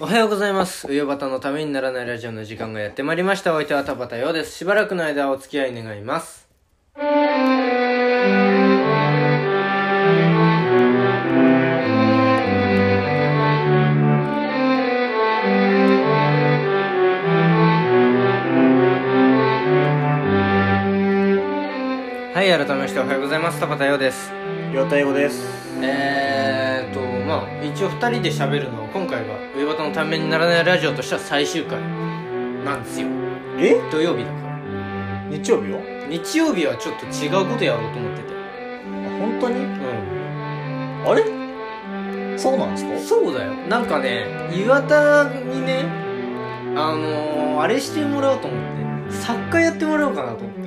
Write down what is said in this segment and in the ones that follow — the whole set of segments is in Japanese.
おはようございます。うよばたのためにならないラジオの時間がやってまいりました。お相手は田畑ようです。しばらくの間お付き合い願います。はい、改めましておはようございます。田畑ようです。両対語ですえーっと、まあ、一応二人で喋るのは今回が上方のためにならないラジオとしては最終回なんですよ。え土曜日だから。日曜日よ日曜日はちょっと違うことやろうと思ってて。あ本当にうあれそうなんですかん。そうだよ。なんかね、岩田にね、あのー、あれしてもらおうと思って、作家やってもらおうかなと思って。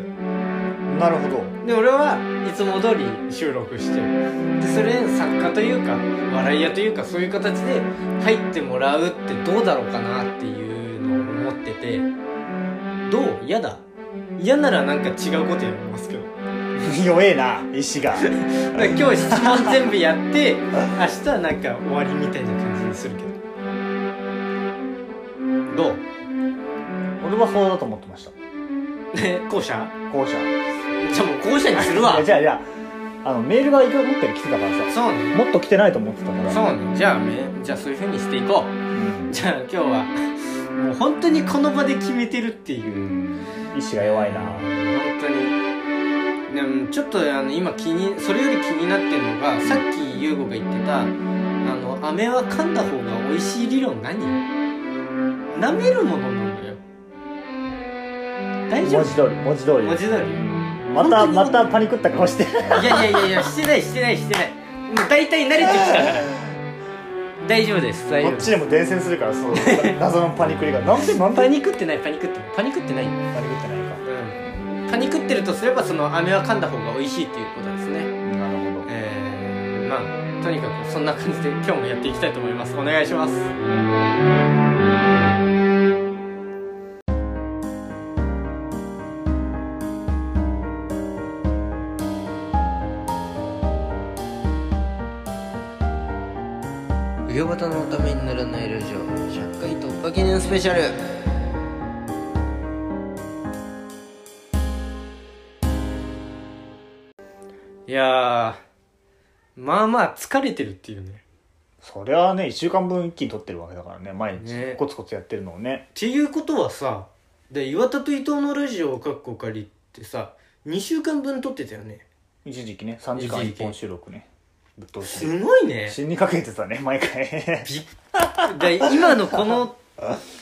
なるほ どで俺はいつも通り収録してるでそれ作家というか笑い屋というかそういう形で入ってもらうってどうだろうかなっていうのを思っててどう嫌だ嫌ならなんか違うことやりますけどだ弱えな石がから今日質問全部やって 明日はなんか終わりみたいな感じにするけどどう俺はそうだと思ってましたえ後者校舎じゃあもう後者にする いわやじゃあじゃああのメールがいくら持ってる来てたからさそうねもっと来てないと思ってたからそうねじゃあめじゃあそういうふうにしていこううんじゃあ今日はもう本当にこの場で決めてるっていう石が弱いな本当にでもちょっとあの今気にそれより気になってるのがさっき優吾が言ってたあの飴は噛んだ方が美味しい理論何舐めるものなんだよ大丈文夫字通り文字通り文字通りまた本当にまたパニクった顔していやいやいやいやしてないしてないしてないもう大体慣れてきたから大丈夫です大丈こ夫っでちすでも伝染するからそう 謎のパニクリがなんでなんでパニクってないパニクってないパニクってないパニクってないうんパニクってるとすればその飴は噛んだ方が美味しいっていうことですねかなるほどえー、まあとにかくそんな感じで今日もやっていきたいと思いますお願いしますうよばたのためにならないラジオ100回突破記念スペシャルいやーまあまあ疲れてるっていうねそれはね1週間分一気に撮ってるわけだからね毎ね日コツコツやってるのをねっていうことはさで岩田と伊藤のラジオをかっこ借りってさ2週間分撮ってたよね一時期ね3時間一時期1本収録ねぶっ通しすごいね死にかけてたね毎回びっで今のこの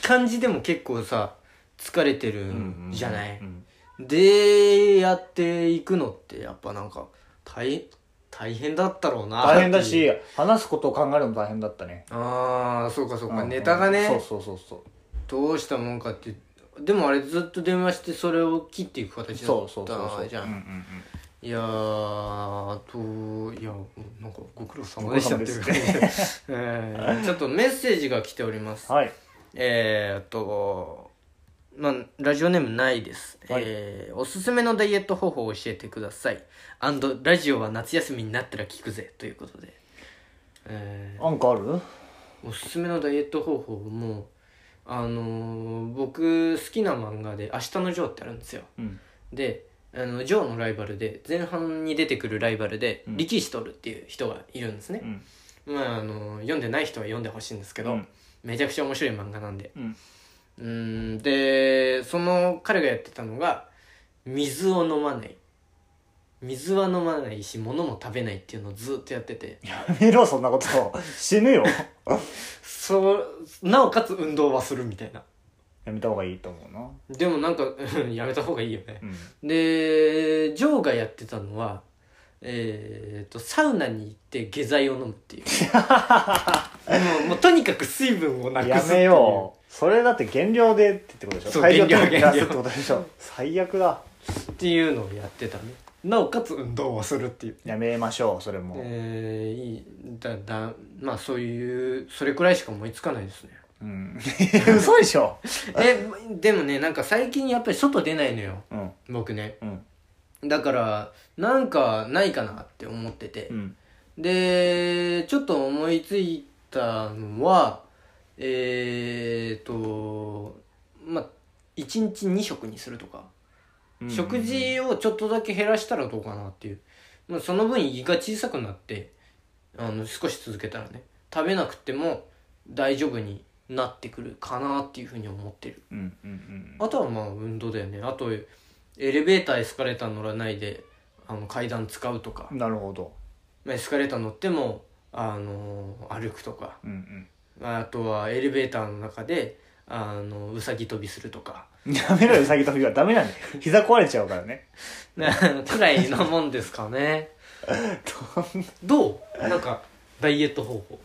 感じでも結構さ疲れてるんじゃない、うんでやっていくのってやっぱなんか大大変だったろうなっていう大変だし話すことを考えるのも大変だったねああそうかそうか、うんネタがねそうそうそうそうどうしたもんかってでもあれずっと電話してそれを切っていく形だそうっそうたそうそうじゃんうんうんうんいやーあといやなんかご苦労様ごで苦労した様ってでいうす感じで、 えーちょっとメッセージが来ておりますはいえー、っとまあラジオネームないです、はいえーおすすめのダイエット方法を教えてくださいアンドラジオは夏休みになったら聞くぜということで、えなんかあるーおすすめのダイエット方法もあのー僕好きな漫画で「明日のジョー」ってあるんですようんであのジョーのライバルで前半に出てくるライバルで、うん力士トルっていう人がいるんですねう、んまああの読んでない人は読んでほしいんですけど、うんめちゃくちゃ面白い漫画なんでうん うーんでその彼がやってたのが水を飲まない水は飲まないし物も食べないっていうのをずっとやっててやめろそんなこと死ぬよそうなおかつ運動はするみたいなやめた方がいいと思うなでもなんかうんやめた方がいいよねうんでジョーがやってたのはえー、とサウナに行って下剤を飲むっていう もうもうとにかく水分をなくすやっていうめようそれだって減量でってってことでしょそう体重を減量減らす減量ってことでしょ最悪だっていうのをやってたねなおかつ運動をするっていうやめましょうそれも、えー、いいだだまあそういうそれくらいしか思いつかないです ねうん、 嘘でしょえでもねなんか最近やっぱり外出ないのようん僕ねうんだからなんかないかなって思ってて、うんでちょっと思いついたのはえー、とまあ1日2食にするとか、うん食事をちょっとだけ減らしたらどうかなっていう、まあ、その分胃が小さくなってあの少し続けたらね食べなくても大丈夫になってくるかなっていうふうに思ってるうんうんうんあとはまあ運動だよねあとエレベーターエスカレーター乗らないであの階段使うとか、なるほどまあ、エスカレーター乗っても、あの歩くとかうんあとはエレベーターの中であのうさぎ跳びするとか うんやめろようさぎ跳びはダメなんだよ膝壊れちゃうからねくらいのもんですかねどうなんかダイエット方法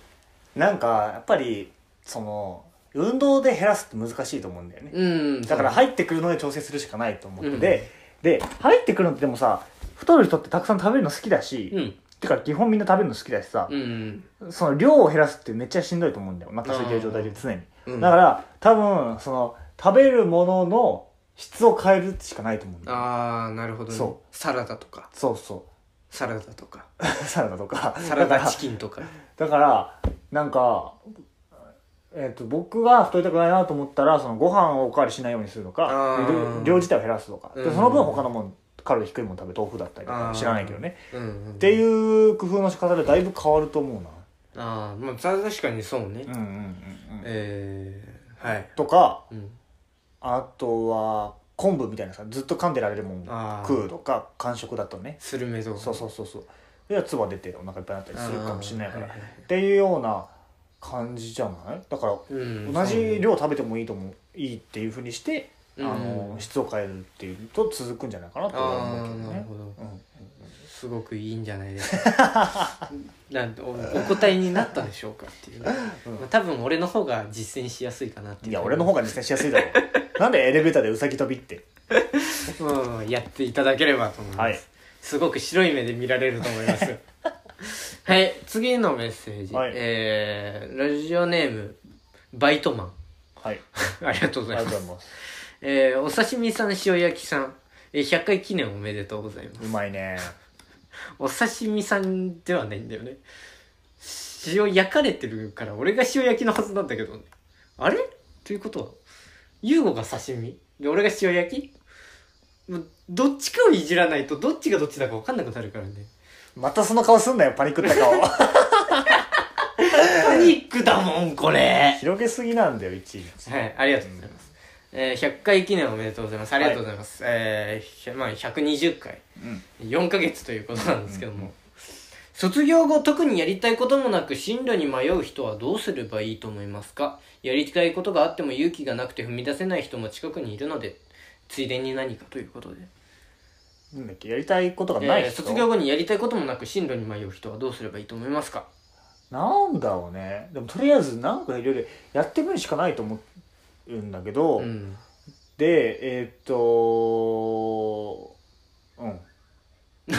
なんかやっぱりその運動で減らすって難しいと思うんだよねうんだからそう入ってくるので調整するしかないと思ってて、うんでで入ってくるのってでもさ太る人ってたくさん食べるの好きだし、うんてか基本みんな食べるの好きだしさ、うんその量を減らすってめっちゃしんどいと思うんだよお腹空いてる状態で常に、うんだから多分その食べるものの質を変えるしかないと思うんだよああなるほど、ね、そサラダとかそうそサラダとかう サラダとかサラだダからチキンとかだからなんか、えっと僕が太りたくないなと思ったらそのご飯をおかわりしないようにするとあかー量量自体を減らすとか、でうんその分他のもんカロリー低いもの食べ豆腐だったりとあかー知らないけどねうんうん、っていう工夫の仕方でだいぶ変わると思うなああまあた確かにそうね、うんうんうんうんえー、はい、とかうん、あとは昆布みたいなさずっと噛んでられるもんあー食うとか間食だとねスルメとかそうそうそうそうで唾出てお腹いっぱいになったりするかもしれないかあらーははっていうような感じじゃないだからうん同じ量食べてもいいと思ういいっていうふうにして、うんあの質を変えるっていうと続くんじゃないかなとは思うけどあーなるねほどうんすごくいいんじゃないですか なんおお答えになったでしょうかっていう、ねまあ、多分俺の方が実践しやすいかなっていういや俺の方が実践しやすいだろ うなんでエレベーターでうさぎ飛びってうん、やっていただければと思います、はいすごく白い目で見られると思います はい次のメッセージ、はいえーラジオネームバイトマンはいありがとうあごりざがいとうますございますえーお刺身さん塩焼きさん、えー100回記念おめでとうございますうまいねお刺身さんではないんだよね塩焼かれてるから俺が塩焼きのはずなんだけどねあれということは優吾が刺身で俺が塩焼きもうどっちかをいじらないとどっちがどっちだか分かんなくなるからねまたその顔すんなよパニックった顔パニックだもんこれ広げすぎなんだよ一位はいありがとうございます、えー100回記念おめでとうございますありがとうございます、えーひゃまあ、120回うん4ヶ月ということなんですけども、うんうんうん卒業後特にやりたいこともなく進路に迷う人はどうすればいいと思いますかやりたいことがあっても勇気がなくて踏み出せない人も近くにいるのでついでに何かということで、なんだっけやりたいことがないえー人、卒業後にやりたいこともなく進路に迷う人はどうすればいいと思いますかなんだろうねでもとりあえずなんかいろいろやってみるしかないと思うんだけど、うんでえーっと うん現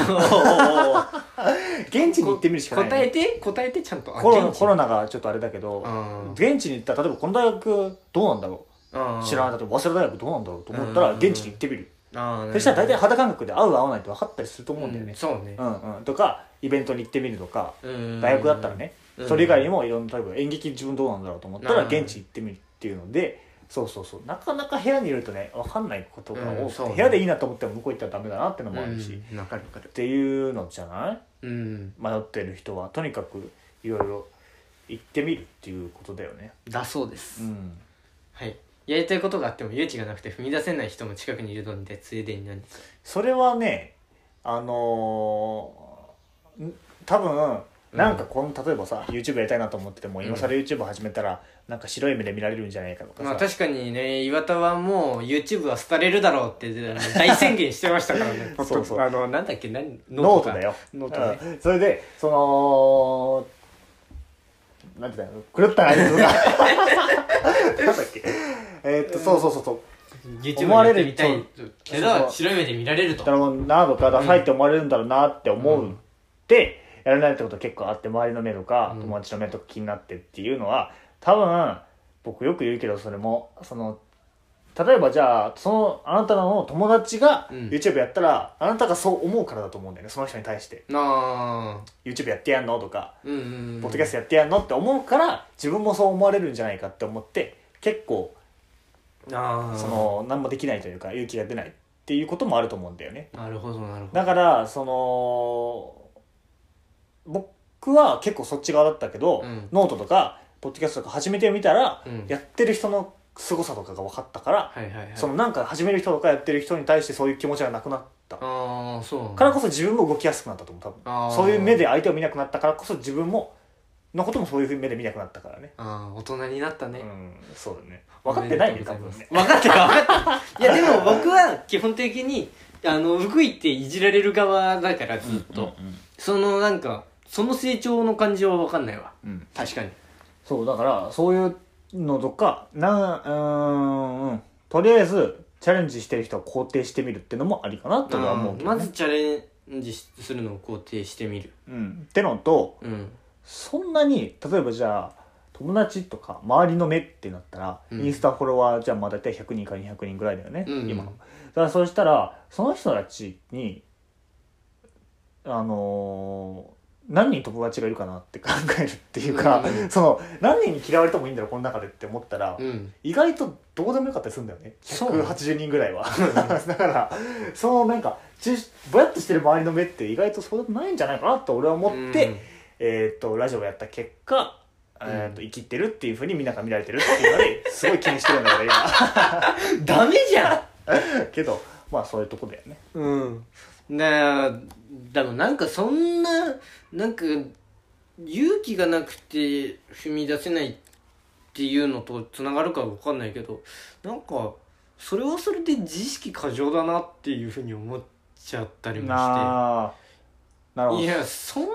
地に行ってみるしかない、答ね、えて答えてちゃんとあコロナ現地コロナがちょっとあれだけど、あー現地に行ったら例えばこの大学どうなんだろあうー知らない例えば早稲田大学どうなんだろうと思ったらうん現地に行ってみる、あーそしたら大体肌感覚で合う合わないって分かったりすると思うんだようんね、そうねう、んうんとかイベントに行ってみるとかうん大学だったらね、うんそれ以外にもいろんな例えば演劇自分どうなんだろうと思ったらうん現地行ってみるっていうので、そうそうそうなかなか部屋にいるとね分かんないことがう多んくて、そうね部屋でいいなと思っても向こう行ったらダメだなってのもあるし、っうんわかるわかるていうのじゃないうん迷ってる人はとにかくいろいろ行ってみるっていうことだよねだそうです、うんはいやりたいことがあっても勇気がなくて踏み出せない人も近くにいるのでついでに何かそれはねあのーん多分なんかこの、例えばさ YouTube やりたいなと思ってても今更 YouTube 始めたらなんか白い目で見られるんじゃないかとかさ、まあ確かにね岩田はもう YouTube は廃れるだろうって大宣言してましたから ねそうそうポッドあのなんだっけ何ノートかだよノートねうんそれでそのなんて言ったの狂ったなあい つがなんだっけえーっとそうそうそうそう YouTube 思わやれってるみたいけそうそどう白い目で見られるとだろうなとかダサいって思われるんだろうなって思うって、やらないってこと結構あって周りの目とかうん友達の目とか気になってっていうのは多分僕よく言うけどそれもその例えばじゃあそのあなたの友達がうん YouTube やったら、あなたがそう思うからだと思うんだよねその人に対してなあ YouTube やってやんのとか、うんうんうんポッドキャストやってやんのって思うから自分もそう思われるんじゃないかって思って結構ああその何もできないというか勇気が出ないっていうこともあると思うんだよねなるほどなるほどだからその僕は結構そっち側だったけど、うんノートとかポッドキャストとか始めてみたら、うんやってる人の凄さとかが分かったから、はいはいはいそのなんか始める人とかやってる人に対してそういう気持ちがなくなった、ああそうなんだからこそ自分も動きやすくなったと思う多あー分そういう目で相手を見なくなったからこそ自分ものこともそういう目で見なくなったからねああ大人になったね、うんそうだね分かってないね多分ね分かってる分かってるいやでも僕は基本的にあの福井っていじられる側だからずっと、そのなんかその成長の感じは分かんないわうん確かにそうだからそういうのとかなんうーんとりあえずチャレンジしてる人を肯定してみるってのもありかなとは思うけど、ね、まずチャレンジするのを肯定してみるうん、ってのとうんそんなに例えばじゃあ友達とか周りの目ってなったら、うんインスタフォロワーじゃあまあ大体100人か200人ぐらいだよね、うん今だからそうしたらその人たちにあのー何人友達がいるかなって考えるっていうか、うその何人に嫌われてもいいんだろうこの中でって思ったら、うん意外とどうでもよかったりするんだよねそう180人ぐらいは だからそのなんかちゅぼやっとしてる周りの目って意外とそうでもないんじゃないかなと俺は思って、うんえー、とラジオをやった結果、えー、と生きてるっていうふうにみんなが見られてるっていうのですごい気にしてるんだけど ダメじゃん今けどまあそういうとこだよねうん。なあ、でもなんかそんな、なんか、勇気がなくて踏み出せないっていうのとつながるかわかんないけど、なんか、それはそれで自意識過剰だなっていうふうに思っちゃったりもしあーなるほて。いどや、そんな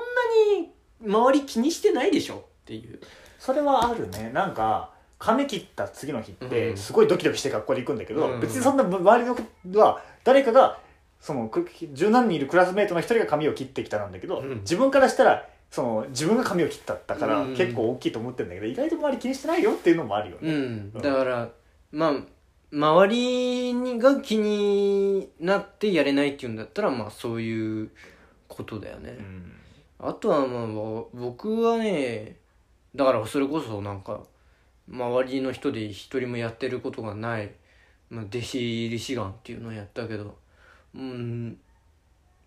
に周り気にしてないでしょっていう。それはあるねなんか髪切った次の日っうてんすごいドキドキして学校に行くんだけど、うん別にそんな周りの子は誰かがそのく十何人いるクラスメートの一人が髪を切ってきたなんだけど、うん自分からしたらその自分が髪を切ったったからうん結構大きいと思ってるんだけど、意外と周り気にしてないよっていうのもあるようね、ん。だから、まあ、周りにが気になってやれないっていうんだったら、まあそういうことだよね。うんあとはまあぼ僕はねだからそれこそなんか周りの人で一人もやってることがない、まあ、弟子入り志願っていうのをやったけどうん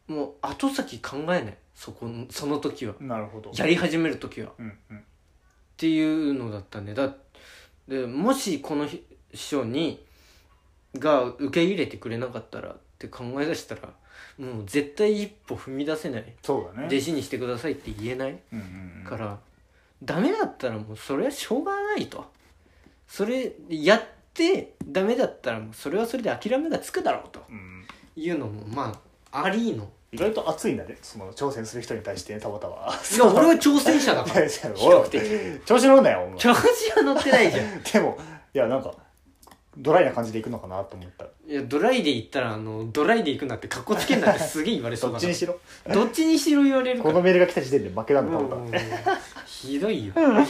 もう後先考えないそこのその時はなるほどやり始める時はっうんうんていうのだったねだでもしこのひ師匠にが受け入れてくれなかったらって考え出したらもう絶対一歩踏み出せないそうだね弟子にしてくださいって言えないうんうんうんから、ダメだったらもうそれはしょうがないとそれやってダメだったらもうそれはそれで諦めがつくだろうとうんいうのもまあありの意外と熱いんだねその挑戦する人に対してね田畑 はいや俺は挑戦者だ いかやらい比や お較い的調子乗るなよお 前調子は乗ってないじゃん でもいやなんかドライな感じでいくのかなと思ったいやドライで行ったらあのドライで行くなってかっこつけんなってすげえ言われそうどだっちなにしろどっちにしろ言われるかこらのメールが来た時点で負けなんだうとん思っひどいよたっ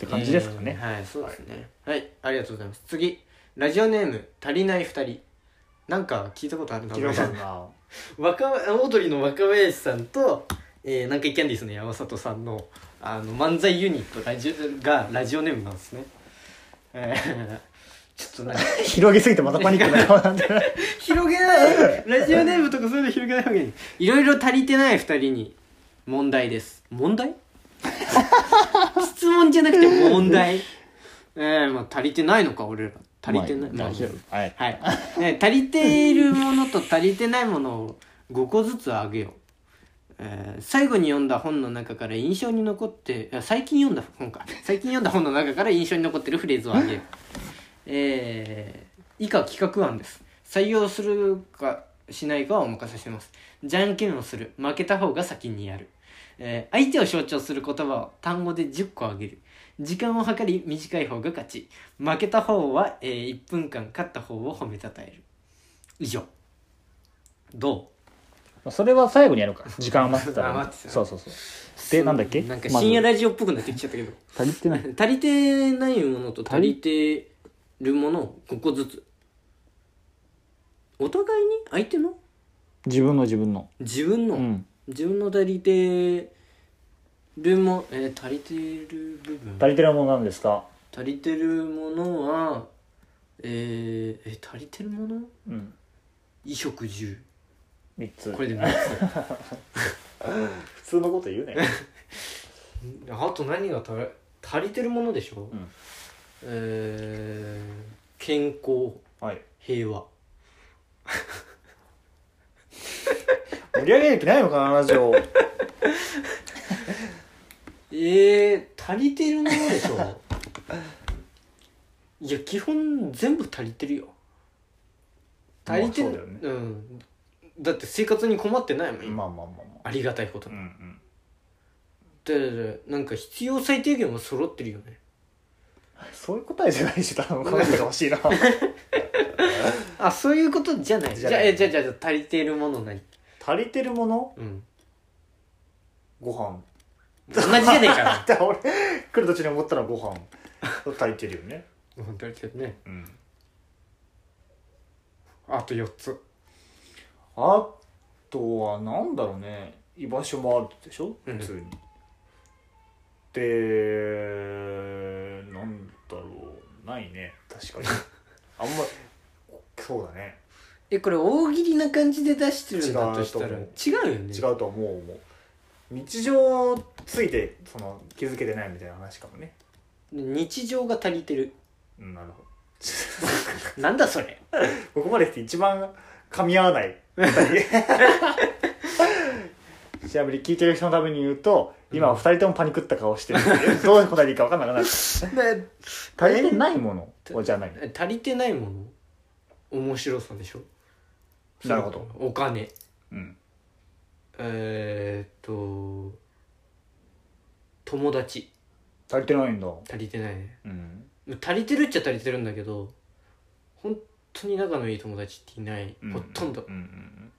て感じですかね、えーはいそうですねはい、ありがとうございます次ラジオネーム足りない二人なんか聞いたことあるな聞いたことあるな若オードリーの若林さんと、えー、南海キャンディーズの山里さんのあの漫才ユニットラジオがラジオネームなんですね、えー、ちょっとなんか広げすぎてまたパニックな顔なんで広げないラジオネームとかそういうの広げない方がいいいろいろ足りてない二人に問題です問 題質問じゃなくて問題 えー、まあ足りてないのか俺ら 足りてない、まあ大丈夫はいはい、ね、足りているものと足りてないものを5個ずつあげよう、えー最後に読んだ本の中から印象に残ってあ最近読んだ本か最近読んだ本の中から印象に残ってるフレーズをあげよう、えー以下企画案です採用するかしないかはお任せしますじゃんけんをする負けた方が先にやる、えー相手を象徴する言葉を単語で10個あげる時間を計り短い方が勝ち負けた方は、えー1分間勝った方を褒めたたえる以上どそれは最後にやろうか時間余ってた あら待ねってたそうそうそううでなんだっけなんかまず深夜ラジオっぽくなってきちゃったけ ど、足りてない足りてないものと足りてるものを5個ずつお互いに相手の自分の自分の自分の、うん自分の足りてるもえー足りてる部分足りてるものなんですか足りてるものはえー、え足りてるものうん衣食住3つこれで3つ普通のこと言うねあと何が足り足りてるものでしょ、うんえー、健康はい平和盛り上げる気ないのかなラジオえー、足りてるものでしょ いや基本全部足りてるよ足りてまある、そうだうんだって生活に困ってないもん、今まあまあまあまあありがたいことうに、んうんだからなんか必要最低限は揃ってるよねそういう答えじゃないし多分考えてほしいなあそういうことじゃないじじゃゃなあいえじゃあじゃあじゃあ足りてるものない足りてるもの うんご飯 同じじゃねえか なだから俺来る途中に思ったらご飯炊いてるよねうん足りてるねうんあと4つあとはなんだろうね居場所もあるでしょう普ん通に、でなんだろうないね確かに あんまそうだねえこれ大喜利な感じで出してるんだとしたら違う違うよね違うとはもう思う日常ついてその気づけてないみたいな話かもね、日常が足りてる うん、なるほなんだそれどここまで来て一番噛み合わない二 人ちなみに聞いてる人のために言うと今うん二人ともパニクった顔してるんで、どう答えていいか分かんなくなるで足りてないものじゃない足りてないもの面白さでしょなるほどお金うんえー、っと友達足りてないんだ足りてないねうん足りてるっちゃ足りてるんだけど本当に仲のいい友達っていない、うんほとんどうんうん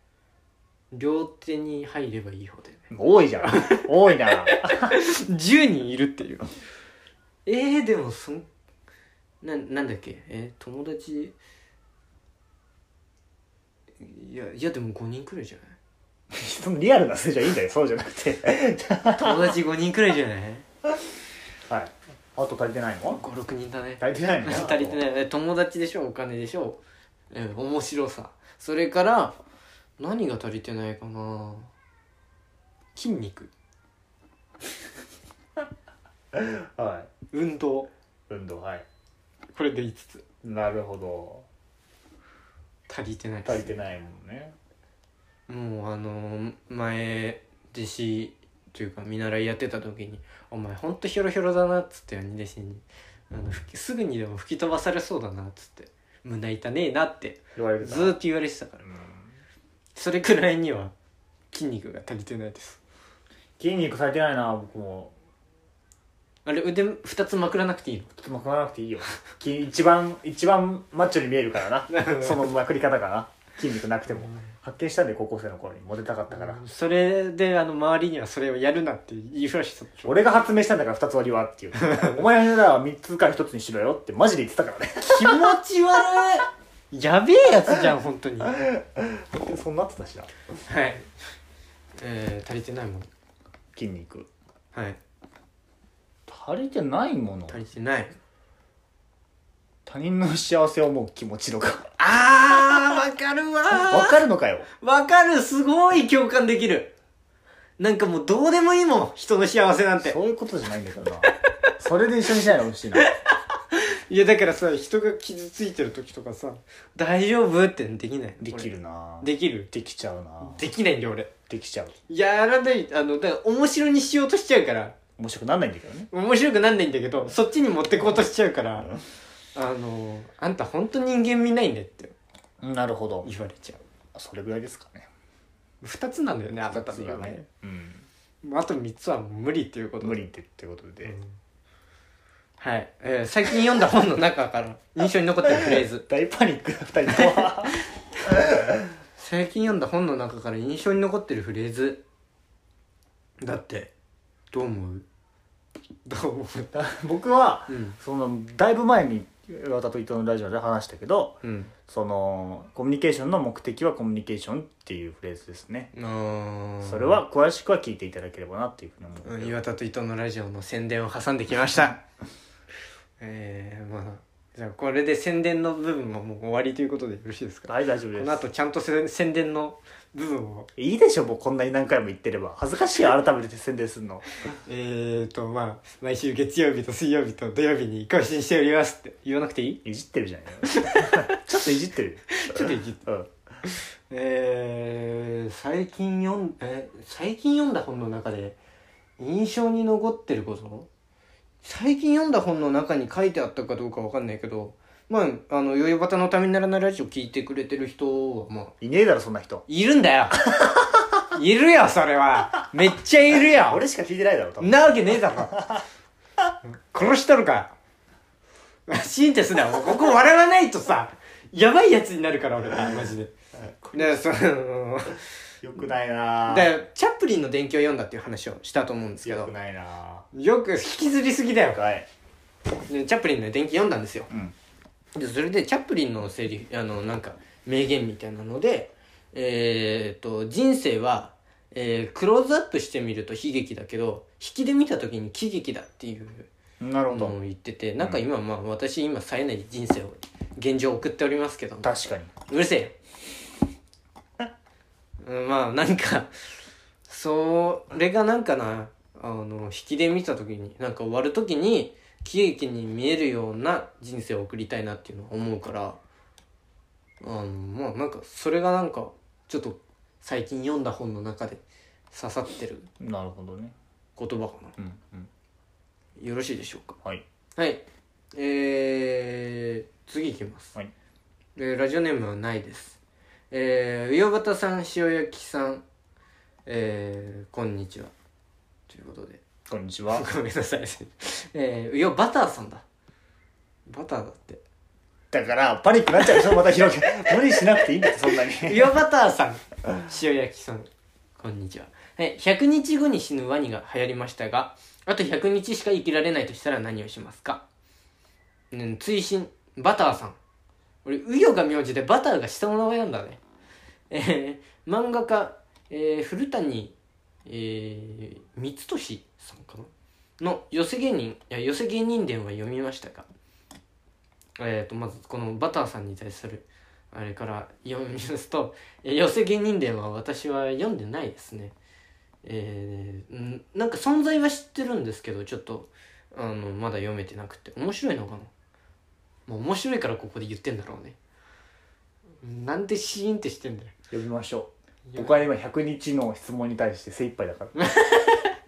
両手に入ればいい方だよねうん多いじゃん多いな10人いるっていうえー、でもそんななんだっけえー友達いやいやでも5人くらいじゃないそのリアルな数字はいいんだよそうじゃなくて 友達5人くらいじゃないはいあと足りてないの56人だね足りてないの足りてないえ友達でしょお金でしょえ面白さそれから何が足りてないかな筋肉は運動い運動はいこれで5つなるほど足りてないです足りてないもんねもうあのー前弟子というか見習いやってた時に「お前ほんとヒョロヒョロだな」っつって弟子にあの吹きすぐにでも吹き飛ばされそうだなっつって胸痛ねえなって言われてたずーっと言われてたからうんそれくらいには筋肉が足りてないです筋肉足りてないな僕もあれ腕2つまくらなくていいのちょっとまくらなくていいよき一番一番マッチョに見えるから なそのまくり方かな筋肉なくても発見したんで高校生の頃にモテたかったからそれであの周りにはそれをやるなって言いふらしてたでしょ俺が発明したんだから二つ割りはって いう。お前らは三つから一つにしろよってマジで言ってたからね。気持ち悪いやべえやつじゃん本当 にはいそんなってたしな。えー、足りてないもん筋肉。はい足りてないもの足りてない他人の幸せを思う気持 ちとか。あーわかるわわかるのかよ。わかるすごい共感できるなんかもうどうでもいいもん人の幸せなんてそういうことじゃないんだけどな。それで一緒にしないでほしいな。いやだからさ人が傷ついてる時とかさ大丈夫ってできないできるな俺できるできちゃうなできないんだよ俺できちゃう。やらないあのだから面白にしようとしちゃうから面白くなんないんだけどね。面白くなんないんだけどそっちに持ってこうとしちゃうからあのあんた本当人間見ないねってなるほど。言われちゃそれぐらいですかね。う2つなんだよねあなたそのう言だうねね。うん。あと3つはもう無理っていうこと無理ってってことで。はい、えー最近読んだ本の中 から印象に残ってるフレーズ大パニックだ、二人とは。最近読んだ本の中から印象に残ってるフレーズだってどう思うどう思う 僕は、うんそのだいぶ前に和田と伊藤のラジオで話したけどうんそのコミュニケーションの目的はコミュニケーションっていうフレーズですねうんそれは詳しくは聞いていただければなっていうふうに思ううんけど岩田と伊藤のラジオの宣伝を挟んできましたえー、まあじゃあこれで宣伝の部分はもう終わりということでよろしいですかはい大丈夫こでの後すちゃんとせ宣伝の部分をいいでしょもうこんなに何回も言ってれば恥ずかしいよ改めて宣伝するのえーとまあ毎週月曜日と水曜日と土曜日に更新しておりますって言わなくていいいじってるじゃない ちょっといじってるちょっといじっうんえー、最近読んえ最近読んだ本の中で印象に残ってること最近読んだ本の中に書いてあったかどうかわかんないけどまああの「よよばたのためにならないラジオ」聞いてくれてる人はまあいねえだろそんな人いるん だよいるよそれはめっちゃいるよ俺しか聞いてないだろ多分なわけねえだろ 殺しとるかシンテスだよもうここ笑わないとさやばいやつになるから俺はマジででそのよくないなぁでチャップリンの伝記を読んだっていう話をしたと思うんですけよどくないなよく引きずりすぎだよぁはいでチャップリンの伝記読んだんですようんでそれでチャップリンのセリフあのなんか名言みたいなのでえーっと人生は、えークローズアップしてみると悲劇だけど引きで見た時に喜劇だっていうなるほのど、を言っててなんか今まあ私今冴えない人生を現状送っておりますけども確かにうるせえうんまあなんかそれがなんかなあの引きで見た時になんか終わる時に喜劇に見えるような人生を送りたいなっていうのは思うからあのまあなんかそれがなんかちょっと最近読んだ本の中で刺さってるなるほどね言葉かなうんうんよろしいでしょうかはいはいえー、次いきますはいえーラジオネームはないです。えー、魚畑さん、塩焼きさん、えー、こんにちは。ということで、こんにちはごめんなさい。 えー、魚バターさんだ。バターだって。だからパニックになっちゃう でしょまた広げ無理しなくていいんだってそんなに 魚バターさん、塩焼きさん、こんにちは。はい、100日後に死ぬワニが流行りましたが、あと100日しか生きられないとしたら何をしますかうん、追伸、バターさん。俺、ウヨが名字でバターが下の名前なんだね。えー、漫画家、えー、古谷、えー、光俊さんかなの寄せ芸人、いや、寄せ芸人伝は読みましたかえーと、まずこのバターさんに対するあれから読みますと「え寄せ芸人伝」は私は読んでないですね。えー、んなんか存在は知ってるんですけどちょっとあのまだ読めてなくて面白いのかな、まあ、面白いからここで言ってんだろうねなんでシーンってしてんだよ 呼びましょう僕は今100日の質問に対して精一杯だから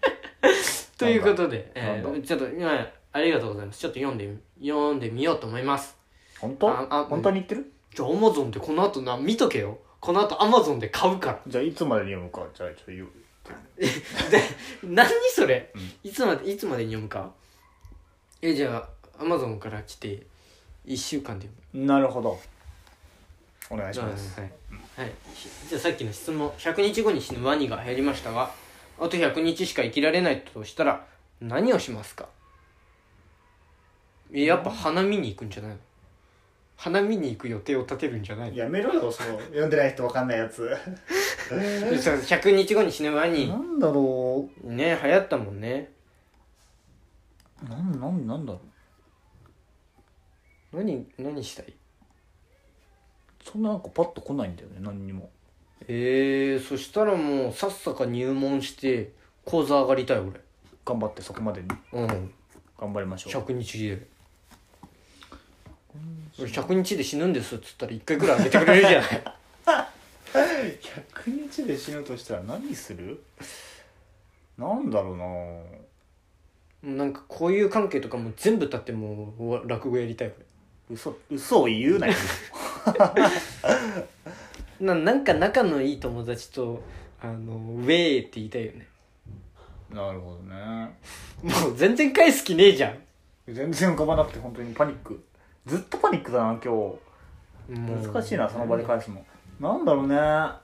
ということで、えなんー、ちょっと今ありがとうございますちょっと読んでみ読んでみようと思います本当ああ本当に言ってるじゃあアマゾンでこの後な見とけよこの後アマゾンで買うからじゃあいつまでに読むかじゃあちょっと言うで何それ、いつまでいつまでに読むかえじゃあアマゾンから来て1週間でなるほどお願いし読むます、はい、はい、じゃあさっきの質問100日後に死ぬワニが減りましたがあと100日しか生きられないとしたら何をしますかえやっぱ花見に行くんじゃないの花見に行く予定を立てるんじゃ ないのやめろよその読んでない人わかんないやつでさ100日後に死ぬワニなんだろね流行ったもんねうなんなんなんだろう何何したいそんななんかパッと来ないんだよね何にもえー、そしたらもうさっさか入門して講座上がりたい俺頑張ってそこまでにうん頑張りましょう100日で俺100日で死ぬんですっつったら1回ぐらいあげてくれるじゃない100日で死ぬとしたら何するなんだろうななんかこういう関係とかも全部立ってもうお落語やりたい嘘嘘を言うなよ俺ななんか仲のいい友達とあのウェーって言いたいよね なるほどねもう全然返す気ねえじゃ全然浮かばなくて本当にパニックずっとパニックだな今ん日難しいなその場で返返すのなんだろうねあ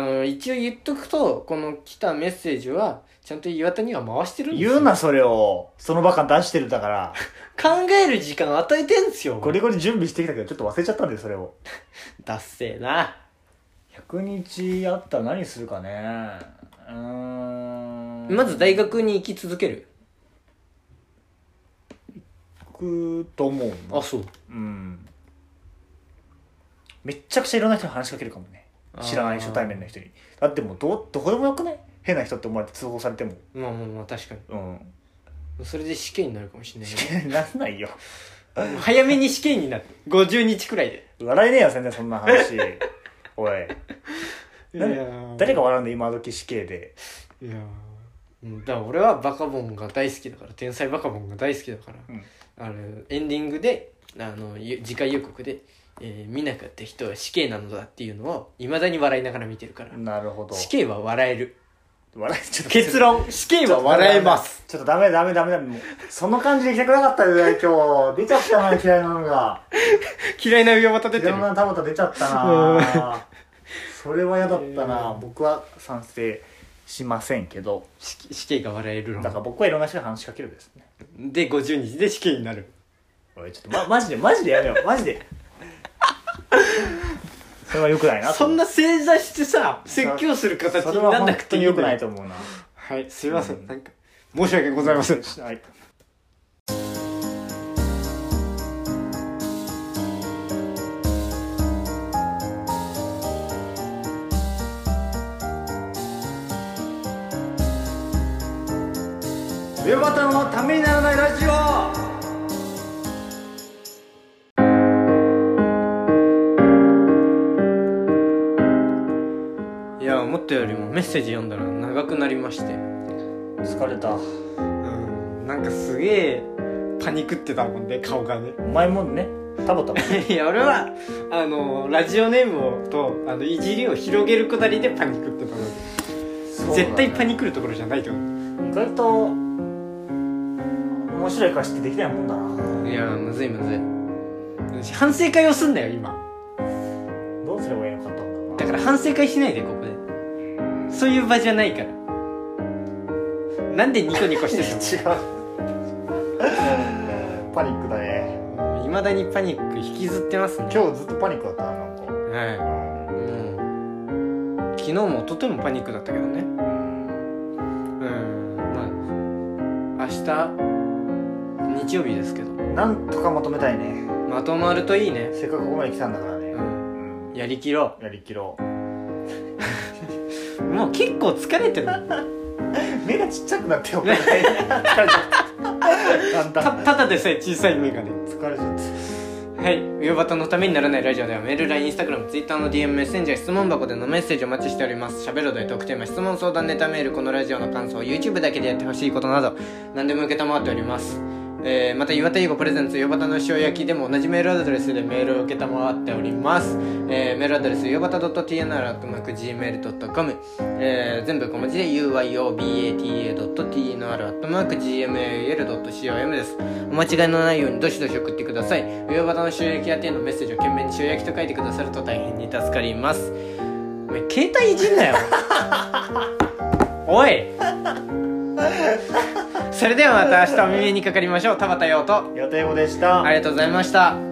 の一応言っとくとこの来たメッセージはちゃんと岩田には回してるんですよ言うなそれをその場感出してるだから考える時間与えてんすよゴリゴリ準備してきたけどちょっと忘れちゃったんでそれをだっせーな100日あったら何するかねうーんまず大学に行き続ける行くと思うあなそううんめっちゃくちゃいろんな人に話しかけるかもね知らない初対面の人にだってもうどどこでもよくね変な人って思われて通報されてもまあまあまあ確かうんにそれで死刑になるかもしれ ないよいやなんないよもう早めに死刑になる50日くらいで笑えねえよ全然そんな話 おい誰誰がが笑うんだ今時死刑でいやーうんだから俺はバカボンが大好きだから天才バカボンが大好きだから、うんあのエンディングであのゆ次回予告で、えー見なかった人は死刑なのだっていうのをいまだに笑いながら見てるからなるほど死刑は笑える笑えちょっと結 論死刑ちょはっと笑えますちょっとダメダメダメダメもうその感じで行きたくなかったよね今日出ちゃったな嫌いなのが嫌いな上を立てて嫌るいな田畑出ちゃったなそれは嫌だったな僕は賛成しませんけど死死刑が笑えるだから論僕はいろんな人に話しかけるですねで50日で死刑になるおいちょっとまマジでマジでやめようマ ジでそれは良くないなとそんな正座してさ説教する形それにはなんな本くて当いにい良んくだないよと思うなはいすいませうんんなんか申し訳ございませんはい上タのためにならないラジオいや思ったよりもメッセージ読んだら長くなりまして疲れたうんなんかすげえパニクってたもんで顔がねお前もねタ ボタボいや俺はあのラジオネームをとあのいじりを広げるくだりでパニクってたので、絶対パニクるところじゃないと思意外と面白い歌詞ってできないもんだうないやーむずいむずい反省会をすんだよ今どうすればいいのかと思うだから反省会しないでここでそういう場じゃないからなんでニコニコしてるの違う パニックだね いまだにパニック引きずってますね今日ずっとパニックだったななんかはいうん昨日もとてもパニックだったけどねうんまあ明日日曜日ですけどなんとかまとめたいねまとまるといいね、せっかくここまで来たんだからねう、ん、うんやりきろやりきろうもう結構疲れてるう目がちっちゃくなってよ疲れちゃっただんだたんただでさえ小さい目がね疲れちゃっはい上端のためにならないラジオではメール LINE インスタグラム Twitter の DM メッセンジャー質問箱でのメッセージをお待ちしております喋るお題特テーマ質問相談ネタメールこのラジオの感想 YouTube だけでやってほしいことなど何でも承っておりますえーまた岩田優子プレゼンツ岩端の塩焼きでも同じメールアドレスでメールを承っております、えーメールアドレス岩端 .tnr.gmail.com、えー全部小文字で uyobata.tnr.gmail.com ですお間違いのないようにどしどし送ってください上端の塩焼き宛てのメッセージを懸命に塩焼きと書いてくださると大変に助かりますお前携帯いじんなよおいそれではまた明日お耳にかかりましょう田畑陽とた予定語でしたありがとうございました